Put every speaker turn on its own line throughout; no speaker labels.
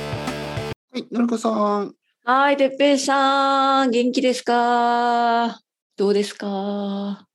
はい、のりこさん。
はい、てっぺいさん、元気ですかどうですか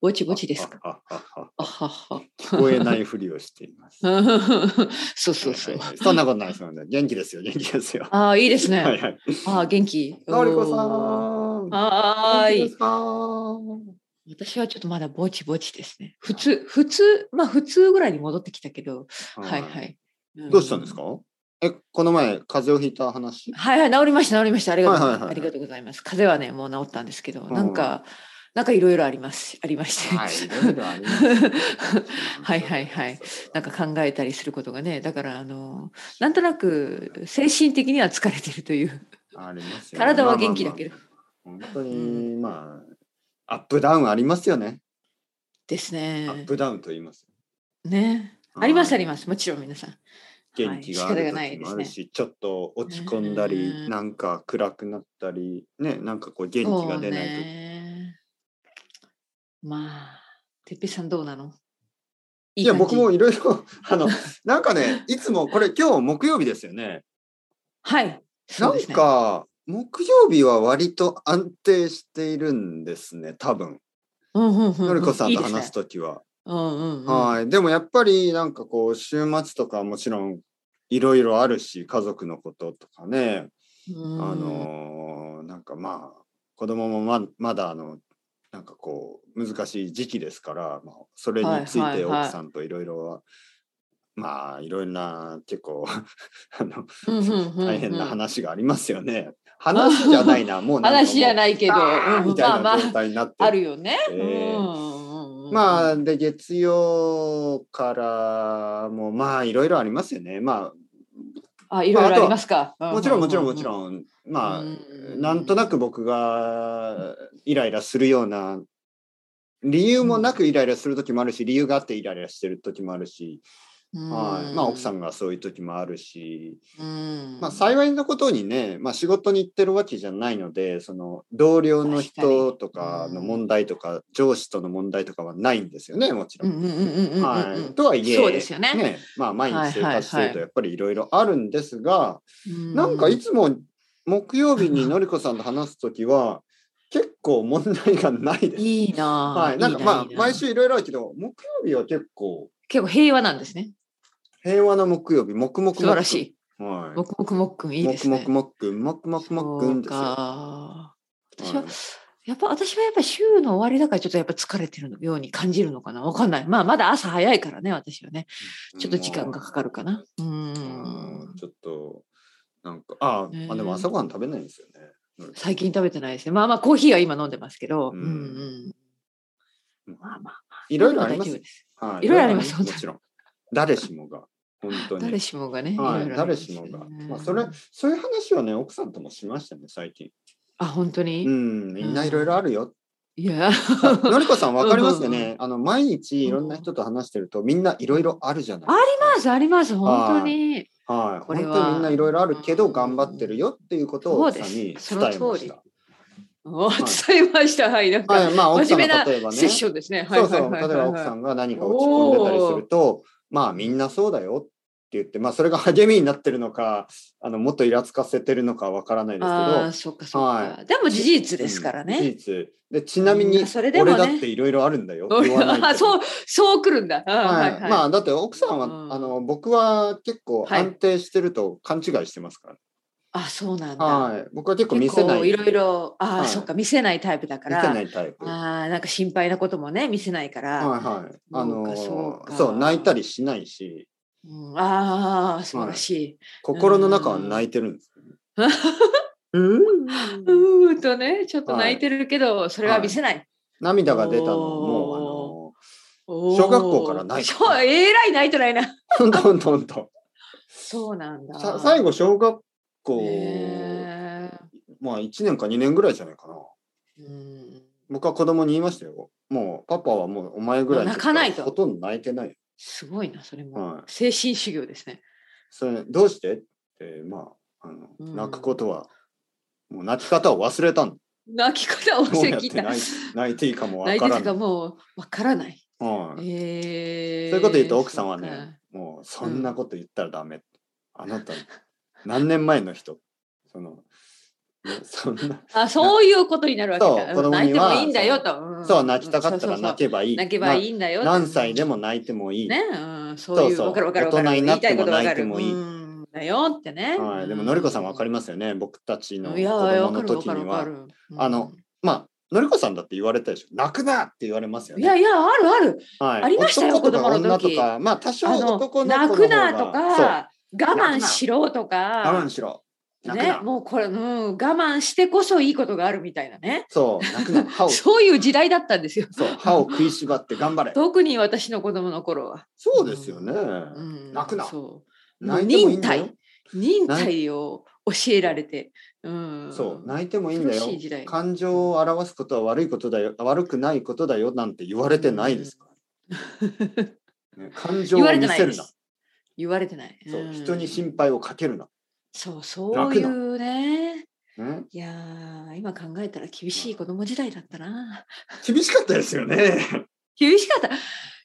ぼちぼちですか
ああああ
あはは。
聞こえないふりをしています。
そうそうそう。
はいはいそんなことないですので、元気ですよ、元気ですよ。
ああ、いいですね。
はいはい。
ああ、元気。
のりこさ
おー
ん。
はー
元気で
い。
すか
私はちょっとまだぼちぼちですね。普通、普通、まあ普通ぐらいに戻ってきたけど、はいはい。
どうしたんですかえ、この前、風邪をひいた話
はいはい、治りました、治りました。ありがとうご
はい
ざいます。
はいはい
ありがとうございます。風邪はね、もう治ったんですけど、
ん
なんか、なんかいろいろあります、ありまして。
ろありま
はいはいはい。なんか考えたりすることがね、だから、あの、なんとなく精神的には疲れてるという。
ありますよね
体は元気だけど。
まあまあまあ本当に、まあ、アップダウンありますよね。
です
ア
ね。
ップダウンと言います。
ね。ありますあります。もちろん皆さん。
元気があ
はい
る
仕方がない
時
で
も
す
あ
ね
るし、ちょっと落ち込んだり、
うん
なんか暗くなったりねなんかこう元気
そ
が
う
出ないと、
ね。まあ、てっぺいさんどうなのい
いや僕も
い感じ
いろいろ あ のなんかねいつもこれ今日木曜日ですよね
はい。 そ
な
うんですね
か木曜日は割と安定しているんですね多分
うんうんうんうん
のりこさん
い
と
いですね
話す時は、
うんうんうん
はいでもやっぱりなんかこう週末とかもちろんいろいろあるし家族のこととかね
うん
あのーなんかまあ子供もままだあのなんかこう難しい時期ですから、まあ、それにつ
はい
て
いはいはい
奥さんといろいろまあいろんな結構 あの
うんうんうんうん
大変な話がありますよね。話じゃない なもうなんかもう
話じゃないけど、
あー
うん
みたい
まあま
な
あ
状態になって
あるよね。
え
う
ー
んうんうん
まあで月曜からもまあいろいろありますよね。ま
あいろいろありますか。
あもちろんもちろんもち
ん。
ろんまあ
うん
なんとなく僕がイライラするような理由もなくイライラする時もあるし理由があってイライラしてる時もあるし、はいまあ、奥さんがそういう時もあるし、
うん、
まあ、幸いなことにね、まあ、仕事に行ってるわけじゃないのでその同僚の人とかの問題とか上司との問題とかはないんですよねもちろ。
うんんうんうんうんうんうん
はい、とはいえ
そうですよね
まあ、毎日生活してるとやっぱりいろいろあるんですが、
うん
なんかいつも木曜日にのりこさんと話すときは、結構問題がないです。
いいなあ。
はい、なんかまあ
いいな
毎。週いろいろあるけど、木曜日は結構
結構平和なんですね。
平和な木曜日、黙々
素晴らしい。
い。はい。
もくもくもっくんいいですね。
黙々もっくん、黙々もっくんですよ。
か。私
は、
はいやっぱ私はやっぱ週の終わりだからちょっとやっぱ疲れてるように感じるのかなわかんない。まあまだ朝早いからね、私はね。ちょっと時間がかかるかな。う
うん
ん。
ちょっと、なんか、あ、
ね
あ、でも朝ごはん食べないんですよね。のりこさん
最近食べてないですね。まあまあコーヒーは今飲んでますけど。
う
うんんうん。
うん
まあまあ。
いろいろありま
大丈
す
夫。です
はい
いろいろあります
もちろん。誰しもが、本当に。
誰しもがね。
はいい、
ろいろあり
誰
ます
し
よ
も
ね
が。まあ、それ、そういう話はね、奥さんともしましたね、最近。
あ、本当
う
に
ん、みんないろいろあるよ。
いや。
のりこさん、わかりますよ
うんうん
ね。あの、毎日いろんな人と話してると、みんないろいろあるじゃない
あります、あります、本当に。
すはい、
こ
本
れは
当にみんないろいろあるけど、頑張ってるよっていうことを
そう
奥
で
さん
す
に伝
その
えま
通
し
り
た。
お伝えました。はい。なんか、
はい、まあ、奥さ
真
んが
面目な
例えばね。
セッションですね。は
そう
いはい
そう、
は
例
い
え
はい
ば奥さんが何か落ち込んでたりすると、まあみんなそうだよって言って、まあそれが励みになってるのか、あのもっとイラつかせてるのかわからないですけ
あ
ど
あ、、そうかそうか、
は
でも事実ですから
うん
ね。
事実でちなみに、
うんそれでもね
俺だっていろいろあるんだよって言わないと
ああ そう、そうくるんだ。ああ
はいま
あ、
あだって奥さんは、
うん
あの僕は結構
はい
安定してると勘違いしてますから、
あそうなんだ。
はい僕は結構見せない
結構いろいろ、ああ、
はい
そっか、見せないタイプだか
見
ら。
せないタイプ。はい
ああ、なんか心配なこともね、見せないから。
はい、あの
そうかそうか
そう泣いたりしないし
うんああ、素晴らしい。
心の中は泣いてるんですよね、うん
うーんとね、ちょっと泣いてるけど、それは見せない。
涙が出たのも
おー
小学校から泣いてる
そうえらい泣いてないな。
うあのほんとほんとほんと
そうなんだ。
さ最後小学校、
へー
まあ1年か2年ぐらいじゃないかな
うん
僕は子供に言いましたよ。もうパパはもうお前ぐらいの時から
泣かないと
ほとんど泣いてない。
すごいな、それも。
はい。
精神修行ですね。
それどうしてってまああの、
うん
泣くことはもう泣き方を忘れたの。
泣き方を
どう
忘れ
やって
聞いた。
泣い泣いていいかもわ
泣い
か
て
ら
る
な
か
い。
もうわからない。
はい。
えー
そういうこと言うと奥さんはね、もうそんなこと言ったらダメ。あなた、何年前の人その、ねそんな、
あそういうことになるわけ
そう
だ。
子供
泣い
に
て
は
もいいんだよと。ん
そう、泣きたかったら泣
そうそう
けばい
そう
い。
泣けば
ない
いんだよ。
何歳でも泣いてもいい。
ね、うん、そういう、
そうそう
わかるわかるわかる。
大人になっても
言いたいことわか
泣いて
る
もいい
うんだよってね。
はい、でも、のりこさんわかり
ま
ますよね。僕たちの子
いや、わ
供
か
の
るわ
時
かる
に
わか
は。
る。
あのまあ、のりこさんだって言われたでしょ。泣くなって言われます
う
よ
ん、い
ね。
やいや、あるある。
はい、
ありましたよ
男とか
子供の
女
時
とか、まあ、多少
あの
男の子の方が
泣くなと
そう
か、我慢しろと
我慢
か、
しろ。泣く
ね
な。、
もうこれ、うん、我慢してこそいいことがあるみたいなね。
そう、泣くな。歯を、そ
そういう時代だったんですよ。
う、歯を食いしばって頑張れ。
特に私の子供の頃は。
そうですよね。
うん、
泣くな
そう。もう
泣いてもいい
忍
んだよ
耐。。忍耐を教えられて。うん。
そう、泣いてもいいんだよ
恐ろしい時。代
感情を表すことは悪いことだよ、悪くないことだよなんて言われてないですから。ね、感情
言
を
われて
見
な
せ
いで
るな。
す。言われてない。
そうう、
ん
人に心配をかけるな。
そう、そういうね。
ね、
いやー、今考えたら厳しい子供時代だったな。
厳しかったですよね。
厳しかった。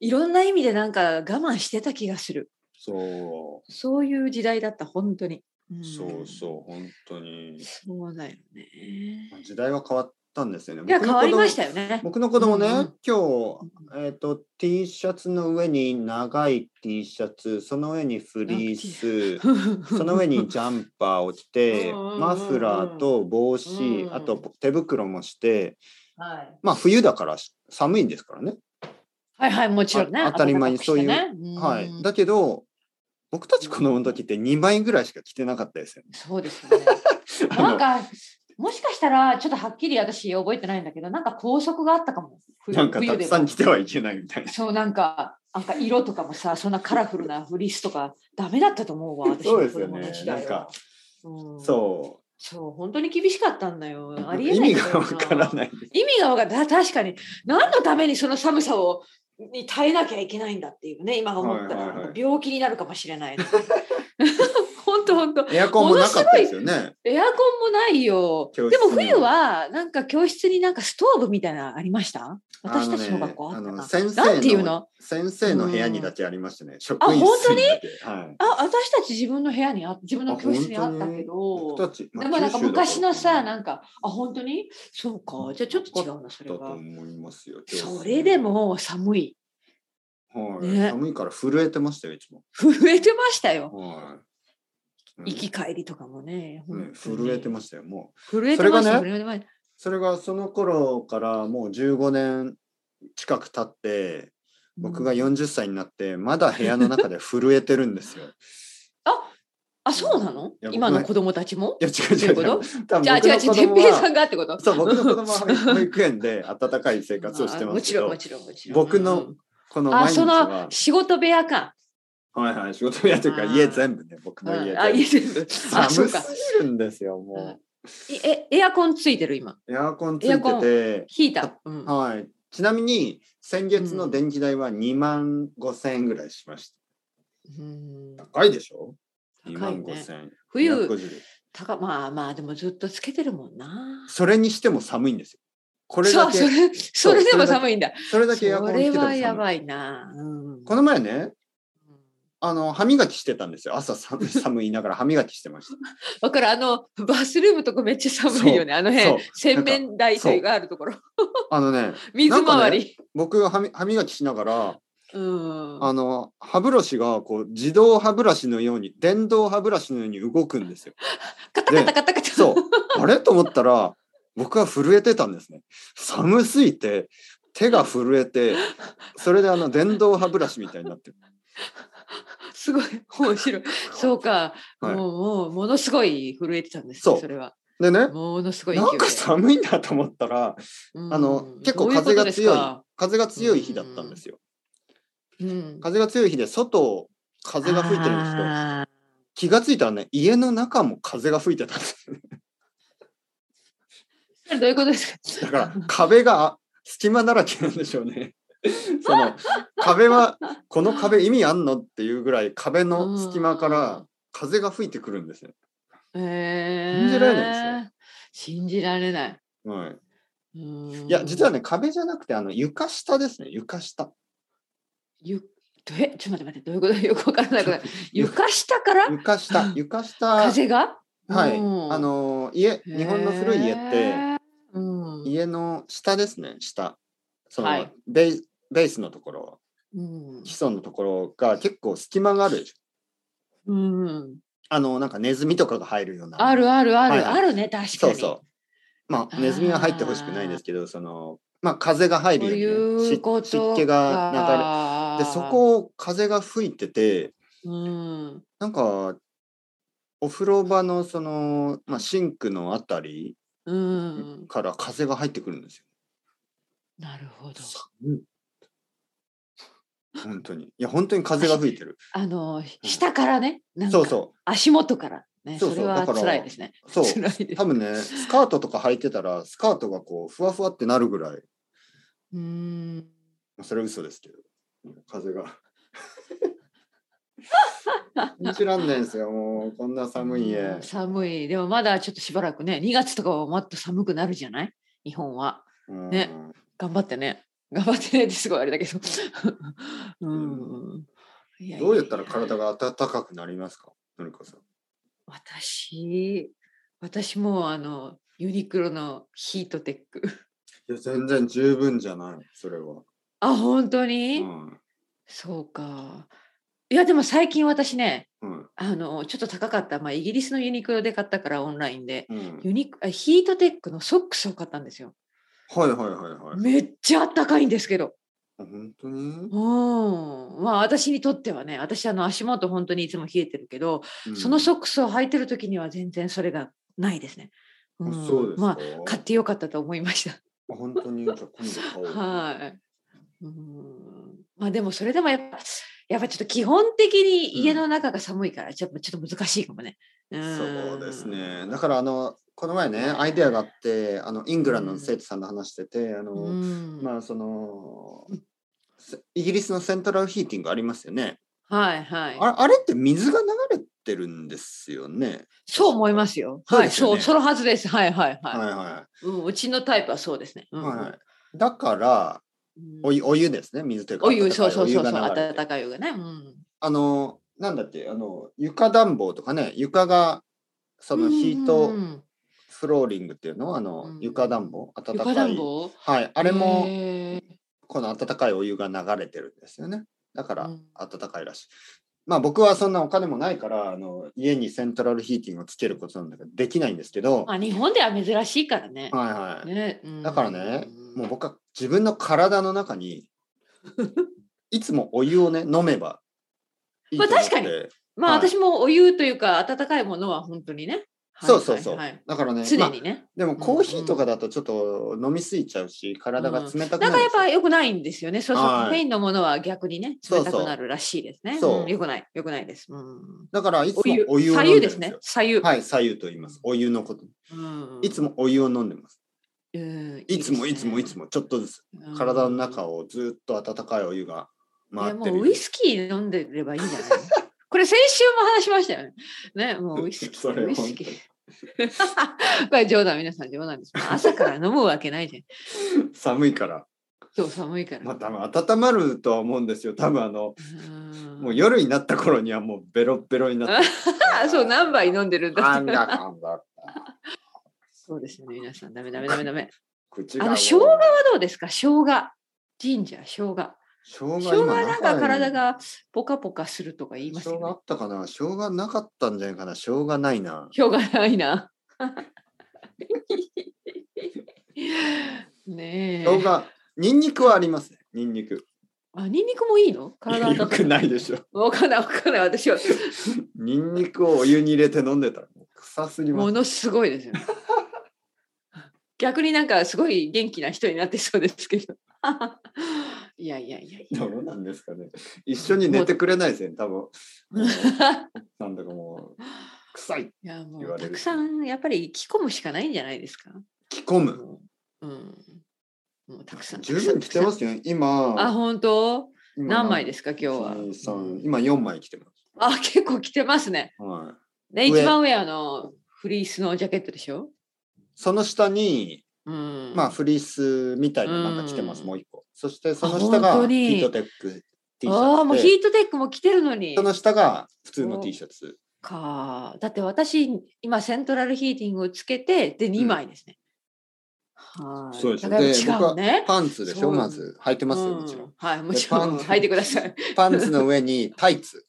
いろんな意味でなんか我慢してた気がする。
そ
そういう時代だった、本当に。
う、
ん
そうそう、本当に。
そうだよね。
時代は変わったんですよね。
いや、
僕の子
変
供
わりましたよね。
僕の子供ね、
うんうん
今日、えっ、と、T シャツの上に長い T シャツ、その上にフリース、その上にジャンパーを着て、
うんうんうん
マフラーと帽子、
うん
あと手袋もして、
はい
まあ冬だからし寒いんですからね。
はいはい、もちろんね。
あ当たり前にそういう
暖かくしてね
はい。
ん
だけど、僕たち子供の時って2枚ぐらいしか着てなかったですよね。
そうですよね。
あ
なん
の
か、もしかしたら、ちょっとはっきり私覚えてないんだけど、なんか校則があったかも。冬
なんか
冬
た
で
く
も
さん着てはいけないみたいな。
そう、なんか、なんか色とかもさ、そんなカラフルなフリースとか、ダメだったと思うわ、私
そう
の
です
子
よ
供
ね
の時代は。
なんか
うん
そ
そう、本当に厳しかったんだよ
う。。
ありえない
意
んだ
味が
よ
わからない。
意味が分かった確かに何のためにその寒さをに耐えなきゃいけないんだっていうね今思った
は
ら、
いはいはい
なんか病気になるかもしれない 本当本当
エアコンもなかったですよね。
エアコンもないよで
教室に
も冬はなんか教室になんかストーブみたいなのありました私たち小学校あ
あ
った
の
か
ね
な、
あの先生の
なんていうの
先生の部屋にだけありましたね。職員
あ本当
室
に
にだけ。はい。
あ私たち自分の部屋にあ自分の教室にあったけど
僕たち、
でもなんか昔のさなん
か。
んかあ本当にそうかじゃあちょっと違うなそ
だ
れ
と
は
思いますよ。教室
それで。も寒い
はい
ね
寒いから震えてましたよ、いつも。
震えてましたよ
はい。
行き帰りとかもね、
うん
本
ね
当に
震えてましたよ、もう。
震えてました
それがね
震えてました
それがその頃からもう15年近く経って、僕が40歳になって、まだ部屋の中で震えてるんですよ。
あそうなの
いや
今
僕
の
ね
子供たちも
いや、違う違う
どういうこ
違う。多分
じゃあ違う違う
僕の子
純
供
平
は
さんがってこと
そう、僕の子供 は保育園で暖かい生活をして
あ
ま
も
すけ
ちろん
ど
も、ちろんもちろん
僕
う
の
ん
この
あ
毎日
そ
は
の、仕事部屋か、
はいはい、仕事部屋というか
あー
家全部ね、僕
う
の家
ん、あ
全部
家全部あそ
寒
うか
すぎるんですよ、も
いえエアコンついてる今
う。エアコンつ
エア
い
コ
て
ン
て、
ヒーター、うん、
はい。ちなみに、先月の電気代は2万5千円ぐらいしまし
うん
た。高いでしょ
高い
?2
ね
万5千円。
冬
250円
高まあまあでもずっとつけてるもんな
それにしても寒いんですよ。これ
そ
だ
う
け
そ、れそれでも寒いんだ
それだ
そ
けエ
れ
アコンつけても
はや
寒い。
ばいな、うん、
この前ね、あの歯磨きしてたんですよ。朝 寒い寒いながら歯磨きしてました。
わかるあのバスルームとかめっちゃ寒いよねあの
そう
辺洗面台というかあるところ
あのね、
水回り、
僕はみ歯磨きしながら、
うん
あの歯ブラシがこう自動歯ブラシのように電動歯ブラシのように動くんですよ。
カタカタカタカタ
そうあれと思ったら僕は震えてたんですね。寒すぎて手が震えてそれであの電動歯ブラシみたいになってる。
すごい面白い そうか、
はい
もうもうものすごい震えてたんですね
そ
そうれは
でね
ものすごい勢い
なんか寒いなと思ったら
うん
あの結構
どういうこ
風
と
が
です
強い
か
風が強い日だったんですよ。
うん、
風が強い日で外を風が吹いてるんですよ。
あー
気がついたらね家の中も風が吹いてたん ですよね。
それどういうことですか
だから壁が隙間だらけなんでしょうね。 その壁はこの壁意味あんのっていうぐらい壁の隙間から風が吹いてくるんですよ。
え
信じられない
です信じられない
はい、
うん
いや実はね壁じゃなくてあの床下ですね床下。
ゆどえちょっと待って待ってどういうこと よくわからなくなる床下か ら
床 下床下
風が
はい、
うん
あの家日本の古い家って
へーうん
家の下ですね下その、
はい
ベーベースのところ
うん
基礎のところが結構隙間があるでしょ
うん
あのなんかネズミとかが入るような
あるあるある、
はいはい
あるね確かに
そうそうま
あ
あ
ー
ネズミは入ってほしくないんですけどそのまあ風が入
と
る
い
ようにね、
うこと
湿湿気が流れでそこを風が吹いてて
を、うん、
なんかお風呂場のその、まあ、シンクのあたり
うん、
から風が入ってくるんですよ。
なるほど
寒い本当にいや本当に風が吹いてる。
あの下からねなんか
そうそ
足元からね
そ
そう
そう
れは
だから
辛いですね
うそう
辛いです
多分ねスカートとか履いてたらスカートがこうふわふわってなるぐらい
うん
それは嘘ですけど風 が信じらんないですよもうこんな寒い家
うん寒いでもまだちょっとしばらくね2月とかはもっと寒くなるじゃない日本は
うん
ね頑張ってね頑張ってねってすごいあれだけど うんいやいやいや
どうやったら体が暖かくなりますかのりこさん
私私もうあのユニクロのヒートテック
いや全然十分じゃないそれは、
あ本当
う
に、
ん
そうかいやでも最近私ね
うん
あのちょっと高かった、まあ、イギリスのユニクロで買ったからオンラインで
うん、
ユニクあヒートテックのソックスを買ったんですよ
はいはいはいはい
めっちゃあったかいんですけど
本当に
う、んまあ私にとってはね私あの足元本当にいつも冷えてるけど、
うん
そのソックスを履いてる時には全然それがないですね、うん
あそうですか、
まあ買ってよかったと思いました
あ本当にじゃあ今度買おう
はい。うんまあでもそれでもやっぱ、やっぱちょっと基本的に家の中が寒いから、ちょっとちょっと難しいかもね。ん
そうです。ね。だからあのこの前ねアイデアがあってあのイングランドの生徒さんの話しててあの、
うん
まあそのせイギリスのセントラルヒーティングありますよね。
はいはい。
あれあれって水が流れてるんですよね。
そう思いますよ。
そう
はい、
ですよね
そう、そのはずです。はいはいはい。
はいは
うん、うちのタイプはそうですね。う
い
ん
はい。だから
うん
お湯お湯ですね水というか
お湯、
温か
そ
いう
そうそうそう、
お湯が流れて
温かい湯がね。うん。
あのなんだっけあの床暖房とかね床がそのヒート
うん
フローリングっていうのはあの
うん
床暖房暖
床
か
暖
い
房。
はいあれも。
へ
この温かいお湯が流れてるんですよね。だか
ー
ら
うん
温かいらしい。まあ僕はそんなお金もないからあの家にセントラルヒーティングをつけることなんだけどできないんですけど、
ま
はい
あ、日本では珍しいからね。
はい。
ね。うん
だからね、もう僕は自分の体の中にいつもお湯をね飲めばいいと思って、
ま
は
あ確まあ、
い
私もお湯というか温かいものは本当にね。はい
そうそうそう、
はいはい
だからね、ま
常
あ、
にね。
でもコーヒーとかだとちょっと飲みすぎちゃうし体が冷たくな
だ
る
か
で
ら
し
やっ
ょ、
ぱ良くないんですよね。そうそう。
はい
カフェインのものは逆にね、
そう
冷
そう
たくなるらしいですね。
そうん
良くない。良くないです。うん。
だからいつもお湯を飲
左
んでる
右
んで
ですす
よ
ね。左右。
はい左右と言いますお湯のこと
うん
いつもお湯を飲んでます。
うん
いつもいつもいつ
も
もちょっとずつ体の中をずっと温かいお湯が回
回
っ
って
て
る。もう
る
ウイ。スキー飲んでればいいんじゃない これ先週も話しましたよね。ね、もうウイスキ
それ
ー。ウイスキ
本
ー。 これ冗談、皆さん冗談です。朝から飲むわけないじゃん。
寒いから。
今日寒いから。
まあ多分温まるとは思うんですよ。多分あの
うん
もう夜になった頃にはもうベロッベロになって
あ そう何杯飲んでるんだ
な
っ
ん
て
だかんだ。
そうですね皆さんダメダメダメダメ
口が
あの生姜はどうですか生姜ジンジャー生姜
生
生
姜
姜
今
はなんか体
あ
がポカポカするとか言い
りま
ますす
よね生
よ
姜あ
ね
ったかな。生姜なかったんじゃないかな。生姜ないな。
生姜な いなねえ
生姜ニンニクはありますね。ニンニク。
あニンニクもいいの体温
よくないでしょ。
わかんないわかんない私は
ニンニクをお湯に入れて飲んでたらもう臭すぎます
も。のすごいですよね逆になんかすごい元気な人になってそうですけど いやいやいやいや
どうなんですかね。一緒に寝てくれないですよね、多 分。なんだかもう、臭い。
いやも
言わ
う
れる
たくさんやっぱり着込むしかないんじゃないですか。
着込む。
もううん。もうたくさん。
十分着て
たく
ま
さん。
すよ。
あ
今、
本当？
今
何枚ですすか今日は。うん
今4枚着てま
あ結構着てますね。
す。はい。
ね
上
一番上あのフリースのジャケットでしょ。
その下に、
うん。
まあ、フリースみたいななんか着てます、
うん
もう一個。そして、その下が
あ本当に
ヒートテック T シャツで
ああ、もうヒートテックも着てるのに
そ。の下が普通の T シャツ。
かだって私、今、セントラルヒーティングをつけて、で、2枚ですね。はい。
そうですよ
だから
で僕
違う
は
ね。
パンツでし
そ
ょ
う
まず履いてますよもちろ
うんん。はい、も
で
ちろ
パ
ん。
ンツ
履いてください。
パンツの上にタイ ツ。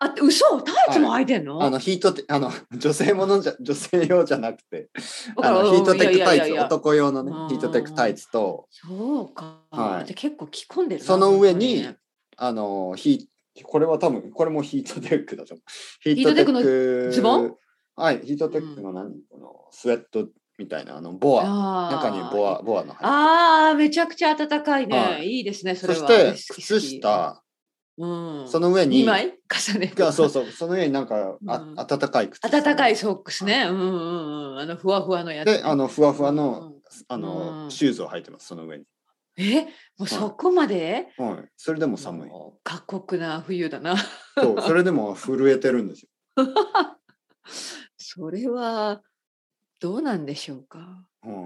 あ、嘘タイツも履いてんの、
あのヒートテあの女性ものじゃ女性用じゃなくて、
僕
あ
は
の
うん
ヒートテッ
い
ク
や
タ
い
イ
やい
ツ
や
男用のね
うん
ヒートテックタイツと
そうか。
はい
じゃあ結構着込んでるな
その上に
本
あのヒこれは多分これもヒートテックだと思 う。ヒ
ートテックの
ク
ズボン？
はいヒートテックの何、このスウェットみたいなあのボ
当にね
ア中にボ
あ
ア
ー
ボアの入っ
あー、めちゃくちゃ暖かいね。、
はい
いですね、
て
そ
そ
れ
し
は。
て
好き
靴、下
うん、
その上に
2枚重ねて
がそうそうその上になんかあ
うん
暖かい靴下
暖かいソックスね。うんうんうん。あの、ふわふわのやつ、
であのふわふわの
うん
あの、
うん
シューズを履いてますその上に。
え、もうそこまで、
はい、それでも寒い。
もう過酷な冬だな。
そう、それでも震えてるんですよ。
それは、どうなんでしょうか。
うん